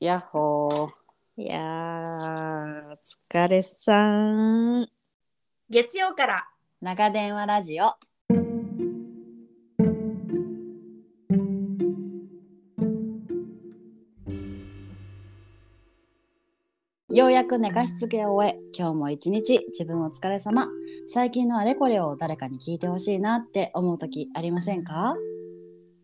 やっほー。いやー、お疲れさん。月曜から長電話ラジオ。ようやく寝かしつけを終え、今日も一日自分お疲れ様。最近のあれこれを誰かに聞いてほしいなって思う時ありませんか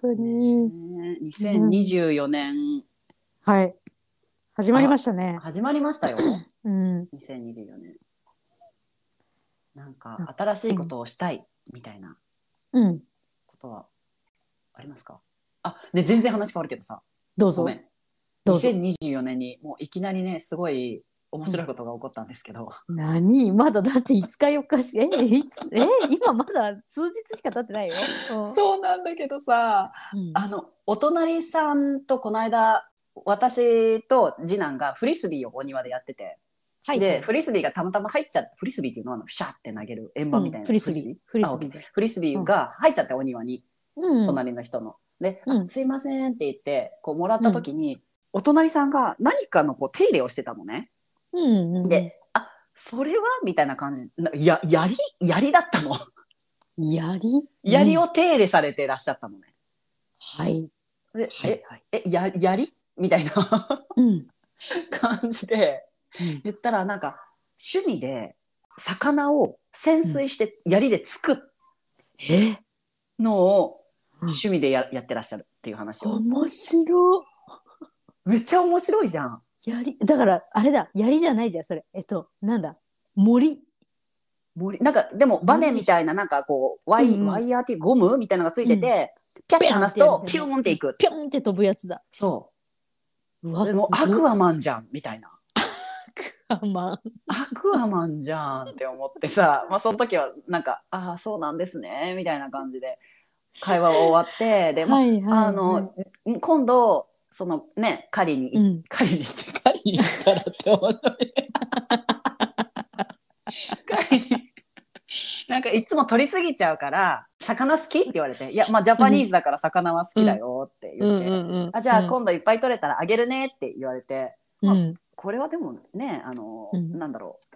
本当に。 2024年はい。始まりましたね。始まりまし たようん。 2024年なんか新しいことをしたいみたいなうん。ことはありますかあで全然話変わるけどさどうごぞめ。んどうぞ。 2024年にもういきなりねすごい面白いことが起こったんで すけど、何まだだって5日4日し、え、いつ、 え、今まだ数日しか経ってないよ。そうなんだけどさうん。あのお隣さんとこの間私と次男がフリスビーをお庭でやってて、はい。でフリスビーがたまたま入っちゃってフリスビーっていうのはあのフシャーって投げる円盤みたいな、うんフリスビー。フリスビーで。フリスビーが入っちゃってお庭に、うん。隣の人の。で、あうんすいません」って言ってこうもらった時に、お隣さんが何かのこう手入れをしてたのね。うん。うん。でそれはみたいな感じないや槍槍だったのやり槍を手入れされてらっしゃったのね。はい。ではい。はい。ええや槍みたいな。 うん。感じでうん言ったらなんか趣味で魚を潜水して槍でつくえのをうん趣味でや,、やってらっしゃるっていう話を、面白めっちゃ面白いじゃんい。やり、だから、あれだ。やりじゃないじゃん、それ。えっと、なんだ。森。森なんかでもバネみたいななんかこうワイ,、うんうんワイヤーっていうゴムみたいなのがついてて、ピャッて離すとピピュョーンっていくぴょんって飛ぶやつだ。そううわ、ですもごうアクアマンじゃんみたいなアマン。アクアマンじゃんって思ってさ、 まあ、その時はなんか「ああそうなんですね」みたいな感じで会話は終わってで、まあはいはいはいあの、今度そのね狩りに、うん、狩りに狩りに行ったらって面白い狩りになんかいつも取りすぎちゃうから「魚好き?」って言われて「いやまあジャパニーズだから魚は好きだよ」って言って、あ「じゃあ今度いっぱい取れたらあげるね」って言われてうん、これはでもねあの、うんなんだろう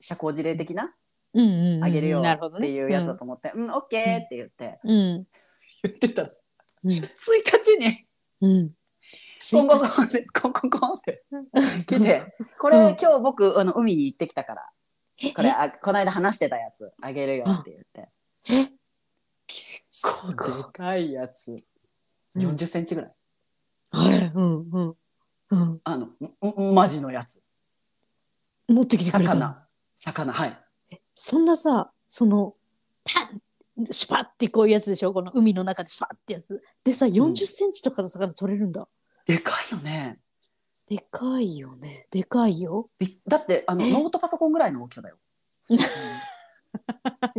社交辞令的なうんうんうんあげるよなほどっねていうやつだと思って「うん、オッケー」って言って、うん言ってたら1うん日にうんコンコンコンってコンコンコンって来て「これ、うん今日僕あの海に行ってきたからえこれあこの間話してたやつあげるよ」って言ってえ結構でかいやつうん4 0ンチぐらいはいうんうんうんあのんんマジのやつ持ってきてくれたの魚魚はいそんなさそのパンシュパってこういうやつでしょこの海の中でシュパってやつでさ4 0ンチとかの魚取れるんだ、でかいよねでかいよねでかい よびだってあのえノートパソコンぐらいの大きさだよ、うん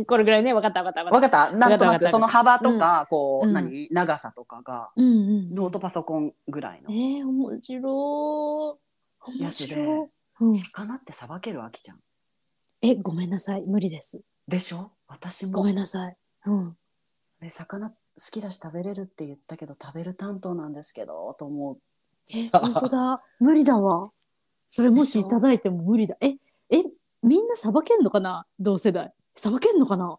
これぐらいねわかったわかったわわかかっったなんとわかなったくその幅とか、こう、うん何長さとかがたうんうんノートパソコンぐらいのえー、面白いや面つで白い、うん、魚ってさばけるあきちゃんえごめんなさい無理ですでしょ私もごめんなさい。うん。ね魚好きだし食べれるって言ったけど食べる担当なんですけどと思うえ、あ本当だ。無理だわ。それもしいただいても無理だ。え、え、みんなさばけんのかな同世代。さばけんのかな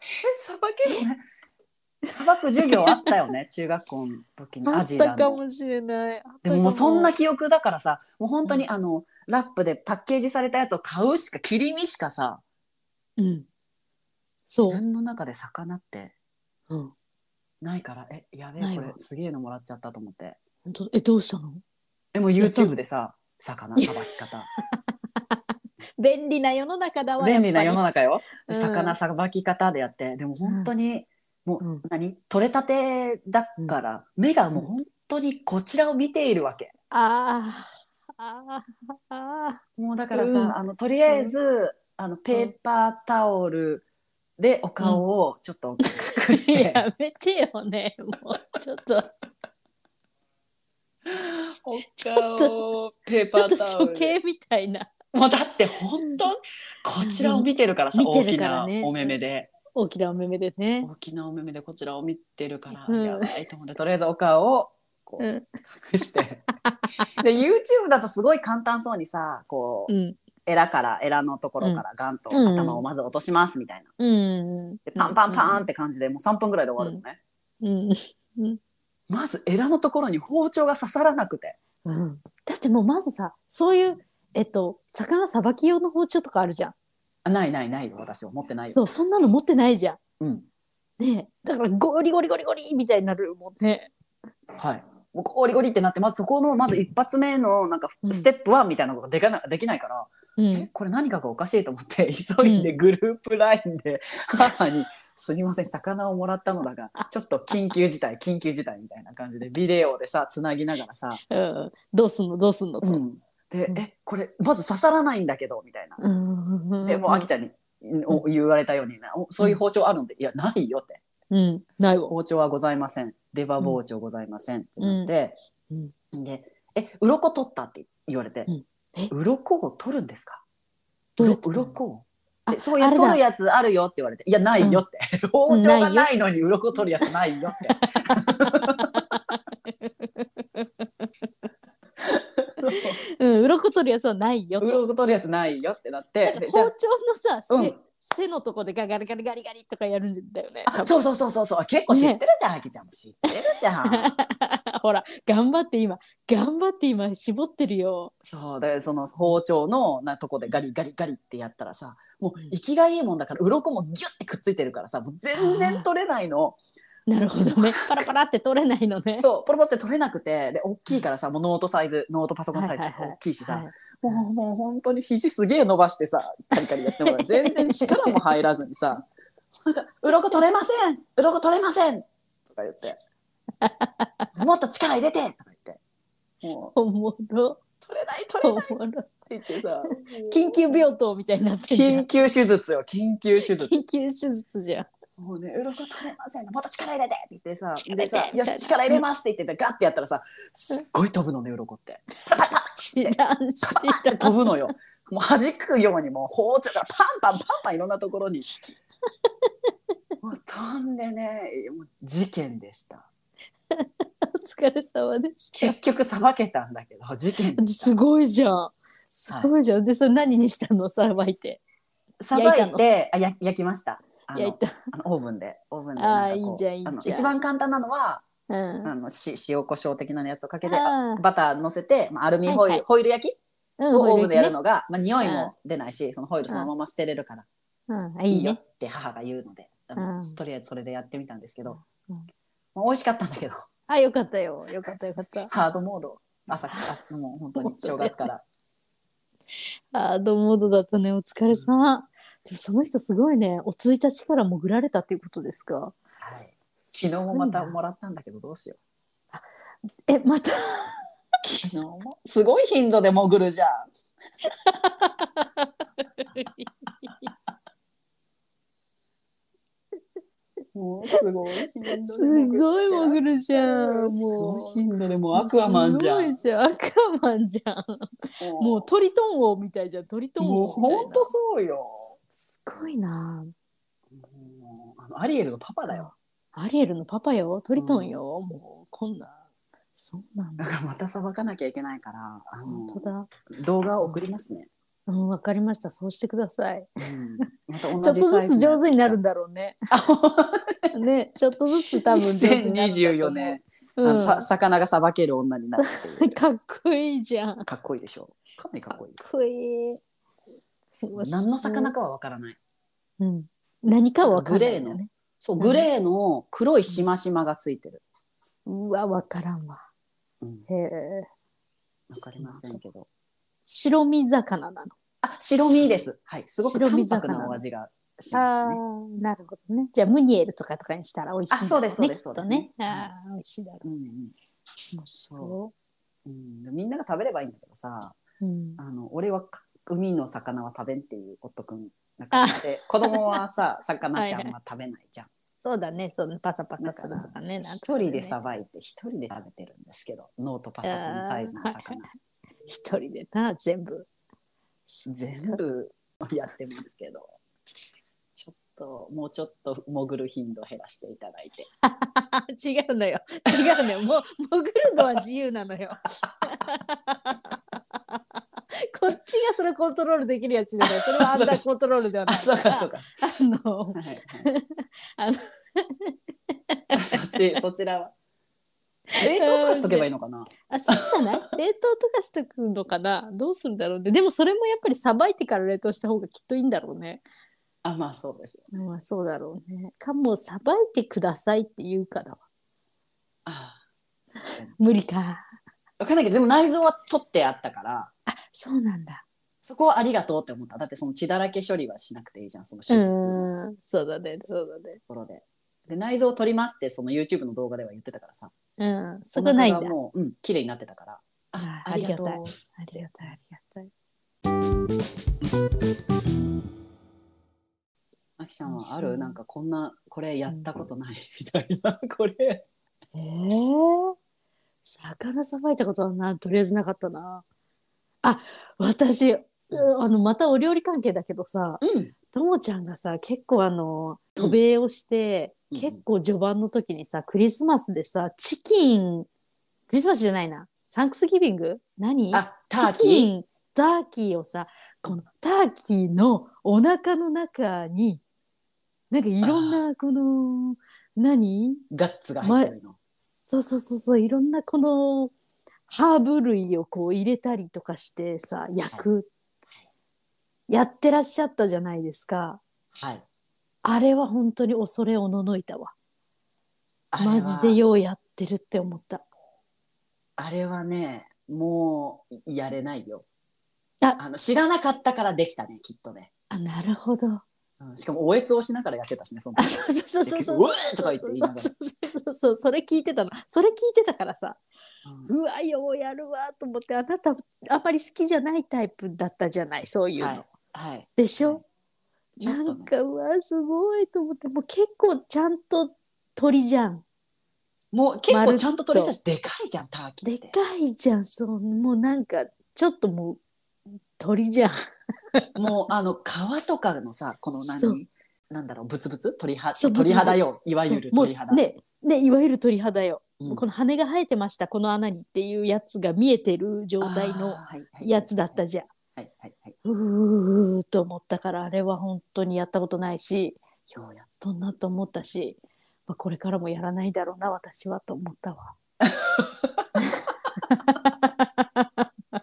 えさばけるねさばく授業あったよ ね中学校の時にアジアのもしれない。でももうそんな気記憶だからさもう本当うにんあの、ラップでパッケージされたやつを買うしか切り身しかさうん。そ自う。分の中で魚ってうん。ないからえやべなえいこわれすげえのもらっちゃったと思って本当え、どうしたのえもう YouTube でさ魚さばき方便利な世の中だ便利な世の中よ、うん魚さばき方でやってでも本当に、もう、うん何取れたてだから目がもう本当にこちらを見ているわけ。あーあーあもうだからさ、うんあのとりあえず、あのペーパータオルでお顔をちょっと隠く しーて、やめてよねもうちょっ とおち顔をペーちょっと処刑みたいなもうだって本当にこちらを見てるからさ、うん見大てきるからなねお目目で、大きなお目目でね、大きなお目目でこちらを見てるから、うんやばいと思ってとりあえずお顔をこううん隠して、で YouTube だとすごい簡単そうにさこう、うんエラからエラのところからガンとうん頭をまず落としますみたいな、うん、でパンパンパーンって感じでもう3分ぐらいで終わるのね。うんまずエラのところに包丁が刺さらなくて。うんだってもうまずさそういうえっと魚さばき用の包丁とかあるじゃんあないないないよ、私は持ってないよ。そうそんなの持ってないじゃうん。んねえだからゴリゴリゴリゴリみたいになるもんねはい。もうゴリゴリってなって、まずそこの、まず一発目の、なんかう、んステップ1みたいなことがでかなできないから、うえこれ何かがおかしいと 思って、急いでグループラインで、母に、すみません、魚をもらったのだ が、ちょっと緊急事態、緊急事態みたいな感じで、ビデオでさ、つなぎながらさ、うん、どうすんのどうすんのと、うん。でう、んえ、これ、まず刺さらないんだけど、みたいな。うんで、もう、あきちゃんに、お言われたようにな、おそういう包丁あるんで、いや、ないよって。うん、ないわ。包丁はございません出刃包丁ございません、ってなって、うんで「え鱗取った?」って言われてうんえ「鱗を取るんですか?」どうやって取る鱗をあでそういう取るやつあるよって言われて「いやないよ」って、包丁がないのに鱗取るやつないよ って。そううん、鱗取るやつはないよと。鱗取るやつないよってなっなてんかで包じ丁ゃのあさ、うん背背のとこでガリガリガリガリガリとかやるんだよね。 あそうそうそうそうそう結構知ってるじゃん、あきちゃんも知ってるじ ゃん。ほら、頑張って今、頑張って今絞ってるよ。そうでその包丁のなとこでガリガリガリってやったらさもううん息がいいもんだから鱗もギュッてくっついてるからさもう全然取れないのなるほどね。パラパラって取れないのね。そうポロポロって取れなくてで大きいからさもうノートサイズノートパソコンサイズはいはいはい大きいしさ、はいもうもう本当に肘すげえ伸ばしてさカリカリやっ てもらう全然力も入らずにさ「なんか鱗取れません鱗取れません」とか言って「もっと力入れて」とか言って「もおもろ。う取れない取おれない」もろ。って言って さ緊急病棟みたいになってる緊急手術よ緊急手術 緊急手術じゃん。もうね鱗取れませんのもっと力入れてって言ってさ力入でれてさよし力入れますって言っててガッてやったらさすっごい飛ぶのね 鱗って知らん、知でらん。飛ぶのよもう弾くようにもう包丁がパンパンパンパンいろんなところにもう飛んでねもう事件でしたお疲れ様で した。結局さばけたんだけど事件でしすごいじゃん。すはいごいじゃん。で、それ何にしたのさばいて。たさばいてあや焼きましたあの焼いた。あのオーブンでオーブンであーなんかこういいじゃんいいじゃんあの一番簡単なのはうん。あのし塩コショウ的なやつをかけてあーバター乗せて、まあ、アルミホイル、はいはいホイル焼きうんをオーブンでやるの。のが、まあ、匂いも出ないし、そのホイルそのまま捨てれるからうん、いいいいよっね。て母が言うので、あうのんとりあえずそれでやってみたんですけど、うんまあ美味しかったんだけど あ、よかったよ。よかったよかった。ハードモード朝からもう本 当に正月からあー、ドモードだったね。お疲れさん。でもその人すごいね。お1日から潜られたっていうことですかはい昨日もまたもらったんだけどどうしようえ、また昨日もすごい頻度で潜るじゃ んもうすごい頻 度すで潜るごい潜るじゃん。 すも。ごいう頻度でもうアクアマンじゃすごいんじゃん。アクアマンじゃん。もうトリトン王みたいじゃん。トリトン王もうみたいな。本当そうよ。すごいな。もうあのアリエルのパパだよ。アリエルのパパよ。トリトンよ。もうこんな。そうなんだだ。からまたさばかなきゃいけないから、あ本当のだ。動画を送りますね。うん、わかりました。そうしてください。また同ちょっじとサずイズつ上手になるんだ。だろうね。あほんとね、ちょっとずつ多分上手になるんだと思う2024年、あうのん、さ魚がさばける女になるっていう。かっこいいじゃん。かっかっこいいでしょ。かなりかっこいい。こいい。すごい何の魚かはわからない。うん、何かはわからないんだね。そうグレーの黒いしましまがついてる。うわ、わからんわ。うんへえ。わかりませんけど。白身魚なの。あ白身です。はい。すごく白身淡魚白なお味がしましたああね。ー、なるほどね。じゃあ、ムニエルとかとかにしたら美味しいんだろね、あそうですそうですきっとね。そうですああ、美味しいだろう。うんうんそうん、みんなが食べればいいんだけどさう。うんあの俺はか海の魚は食べんっていう夫くんなんかで子供はさ魚ってあんま食べないじゃんそうだね、そのパサパサするとかね。なんとか一ね人でさばいて一人で食べてるんですけどノートパソコンサイズの魚一人でな、全部。 全部やってますけどちょっともうちょっと潜る頻度減らしていただいて違うのよ。違うのよ。もう潜るのは自由なの よ。こっちがそれコントロールできるやつじゃない。それはアンダーコントロールではなあい。そうかそうかあのはいはい あの そっ ちそちらは冷凍とかしとけばいいのかなあそうじゃない 冷凍とかしとくのかなどうするんだろうねでもそれもやっぱりさばいてから冷凍した方がきっといいんだろうねあまあそうですよまあそうだろうねかもさばいてくださいって言うからあ無理か分かんないけどでも内臓は取ってあったからそうなんだそこはありがとうって思っただってその血だらけ処理はしなくていいじゃんその手う術のんそうだねそうだねところでで内臓を取りますってその YouTube の動画では言ってたからさうんそこないんおだ腹がもううん綺麗になってたからあーありがとうありがありがたいありがたいあきさんそうはそうあるなんかこんなこれやったことないみたいな これえー、魚さばいたことはなとりあえずなかったなあ私うんあのまたお料理関係だけどさ、うんともちゃんがさ結構あの渡米をして、うん結構序盤の時にさクリスマスでさチキンクリスマスじゃないなサンクスギビング何あターキーチキンターキーをさこのターキーのお腹の中になんかいろんなこの何ガッツが入ってるのそうそうそうそういろんなこのハーブ類をこう入れたりとかしてさ焼く、やってらっしゃったじゃないですか。はいあれは本当に恐れおののいたわ。あれはマジでようやってるって思った。あれはねもうやれないよああの知らなかったからできたねきっとね、あ、なるほど。うん、しかもおえつをしながらやってたしねそのあ、時そうそうそうそう。うわーとか言って言いながらそうそうそうそう。それ聞いてたの。それ聞いてたからさ。うんうわ、ようやるわと思って、あなた、あんまり好きじゃないタイプだったじゃない、そういうの。はいはいでしょ、はいちょっなとねんか、うわ、すごいと思って、もう結構ちゃんと鳥じゃん。もう結まるっ構とちゃんと取り出しでかいじゃんターキーでってかいじゃん、そう。もうなんか、ちょっともう、鳥じゃん。もうあの皮とかのさこのそう何なんだろうブツブツ鳥肌そう鳥ブ肌ツよいわゆるそう鳥肌もうねねいわゆる鳥肌よ、うんこの羽が生えてましたこの穴にっていうやつが見えてる状態のあーはいはいやつだったじゃん。はいはいはい、うーと思ったからあれは本当にやったことないしようやっとんなと思ったし、まあ、これからもやらないだろうな私はと思ったわ。もう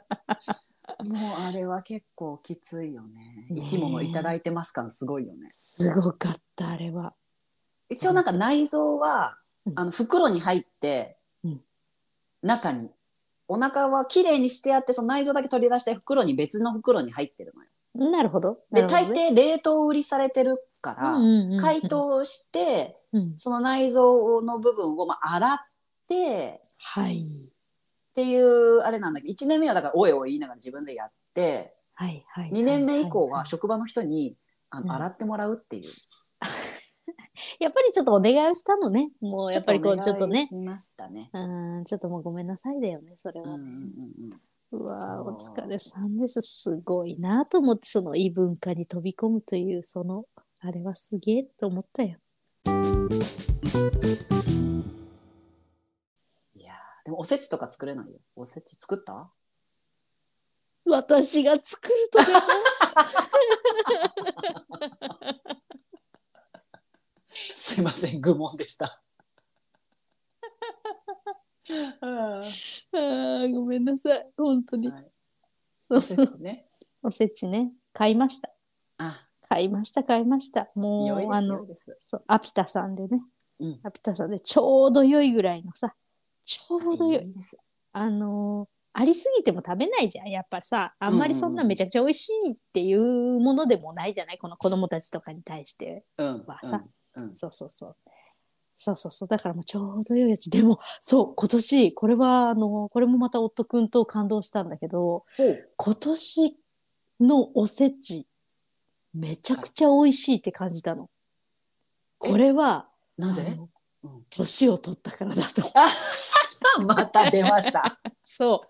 あれは結構きついよねね生き物いただいてますからすごいよねすごかったあれは。一応なんか内臓は、うんあの袋に入って、うん中にお腹はきれいにしてあってその内臓だけ取り出して袋に別の袋に入ってるのよなるほど。で、なる大ほどね抵冷凍売りされてるから、うんうんうん解凍してうんその内臓の部分をまあ洗ってはいっていうあれなんだけど1年目はだからおいおい言いながら自分でやってはいはい。 2年目以降いは職場の人にあうんの洗ってもらうっていう、いやっぱりちょっとお願いをしたのね。もうやっぱりこうちょっとねお願いしましたね。うんちょっともうごめんなさいだよねそれうんうはんね。うんううんわーおそう疲れさんですすごいなと思ってその異文化に飛び込むというそのあれはすげえと思ったよ。いやーでもおせちとか作れないよ。おせち作った私が作るとでもすいません愚問でした。 あーごめんなさい本当に、はいそうおせちね。 おせちね買いましたあ買いました買いましたも良いうであす良のいです。そうアピタさんでね、うんアピタさんでちょうど良いぐらいのさちょうど良いいです。あのーありすぎても食べないじゃんやっぱさあんまりそんなうんうんうんめちゃくちゃ美味しいっていうものでもないじゃないこの子供たちとかに対してうんはさうんうんそうそうそうそうそうそうだからもうちょうど良いやつでもそう今年これはあのこれもまた夫くんと感動したんだけどほう今年のおせちめちゃくちゃ美味しいって感じたの。えこれはなぜ あのうん年を取ったからだと。また出ました。 そう。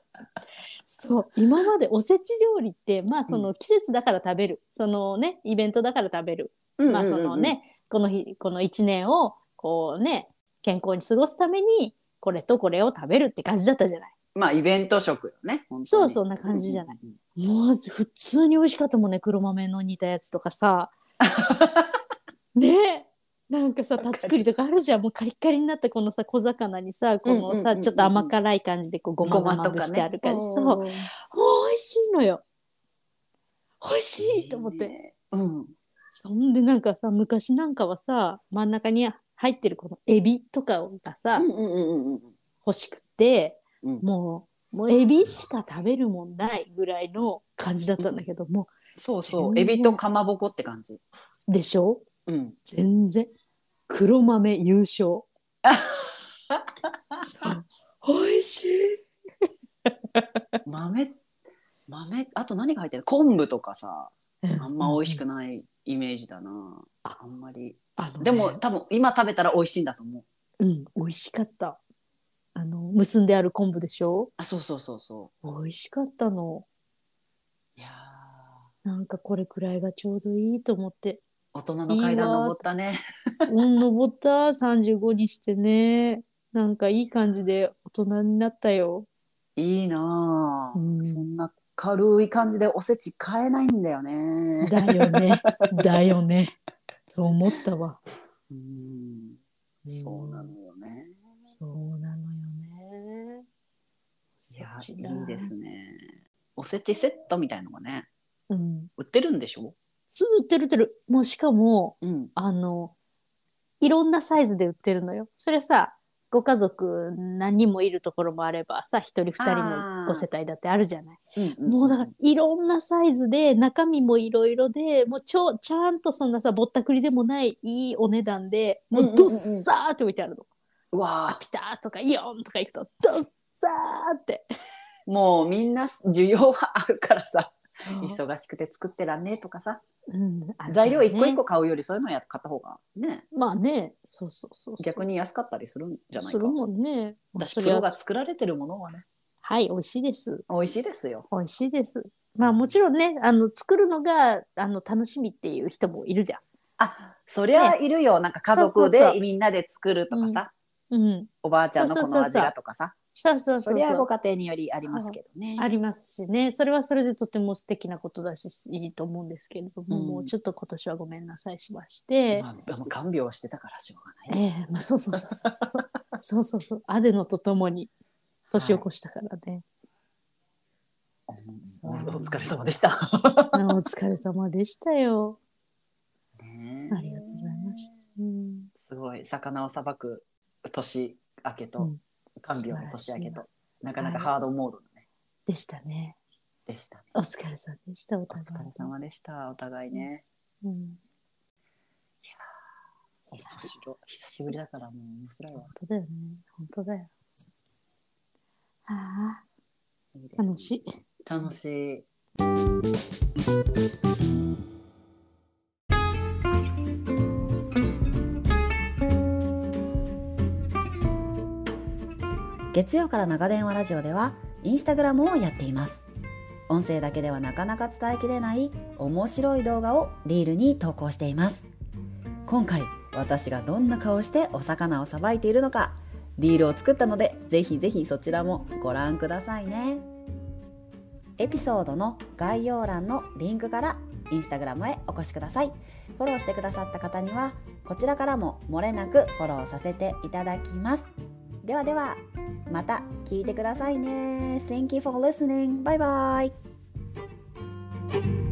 そう今までおせち料理ってまあその季節だから食べる、そのねイベントだから食べる、まあそのねこの日この1年をこうね健康に過ごすためにこれとこれを食べるって感じだったじゃないまあイベント食よね。そうそんな感じじゃないい。もう普通に美味しかったもんね黒豆の煮たやつとか さねなんかさわか田る作りとかあるじゃんもうカリッカリになったこのさ小魚にさこのうんうんうんさうんちょっと甘辛い感じでこうごまごがままとぶかしてあるね。感じそううんもう美味しいのよ美味しいと思って。うん。そんでなんかさ昔なんかはさ真ん中に入ってるこのエビとかがさ、うんうんうんうん欲しくて、うんもうもうエビしか食べるもんないぐらいの感じだったんだけどもそうそう。エビとかまぼこって感じ。うでしょうん。全然黒豆優勝あそう 美味しい豆豆あと何が入ってる？昆布とかさ、あんま美味しくないイメージだな。ああんまり。あのねでも多分今食べたら美味しいんだと思う。うん美味しかったあの結んである昆布でしょあ、そうそうそうそ美味しかったのう。いやーなんかこれくらいがちょうどいいと思って大人の階段登ったね。うん、登った35にしてね。なんかいい感じで大人になったよ。いいなあ、うんそんな軽い感じでおせち買えないんだよね。だよね。 だよね。と思ったわ。うん、そうなのよね。そうなのよね。いやそっちだいいですね。おせちセットみたいのがねうん。売ってるんでしょ？すぐ売ってる売ってる。もうしかも、うん。あの、いろんなサイズで売ってるのよ。それさ、ご家族何人もいるところもあればさ、一人二人のご世帯だってあるじゃない。うんうんもうだからいろんなサイズで中身もいろいろでもうちょちゃんとそんなさぼったくりでもないいいお値段でもうどっさーって置いてあるの、うわあピターとかイオンとか行くとどっさーってもうみんな需要はあるからさ忙しくて作ってらんねえとかさうんあるからね材料一個一個買うよりそういうのや買った方がねまあねそうそうそうそう逆に安かったりするんじゃないすかる。もんね私そプれロはが作られてるものはねはい美味しいです美味しいですよ。美味しいですまあもちろんねあの作るのがあの楽しみっていう人もいるじゃんあそりゃいるよ、なんか家族そうそうそでうみんなで作るとかさ、うんおばあちゃんのそうこそうそうそうの味がとかさそうそうそうそう家庭によりどねありますしねそれはそれでとても素敵なことだしいいと思うんですけれども、うんもうちょっと今年はごめんなさいしまして、まあ、もう看病してたからしょうがない、ええまあそうそうそうそうそう そうそうそうアデノとともに年を越したからね、うんお疲れ様でしたあのお疲れ様でした よねえありがとうございました、うん、すごい魚をさばく年明けうとん看病の年明けと、なかなかはいハードモードのねでしたねでしたねお疲れ様でしたおお互い疲れ様でしたお互いねうん、面白い久しぶりだからもう面白いわ本当だよね本当だよあいいですあね楽しい楽しい月曜から長電話ラジオではインスタグラムをやっています音声だけではなかなか伝えきれない面白い動画をリールに投稿しています今回私がどんな顔してお魚をさばいているのかリールを作ったのでぜひぜひそちらもご覧くださいねエピソードの概要欄のリンクからインスタグラムへお越しくださいフォローしてくださった方にはこちらからも漏れなくフォローさせていただきますではではまた聞いてくださいね Thank you for listening. Bye bye.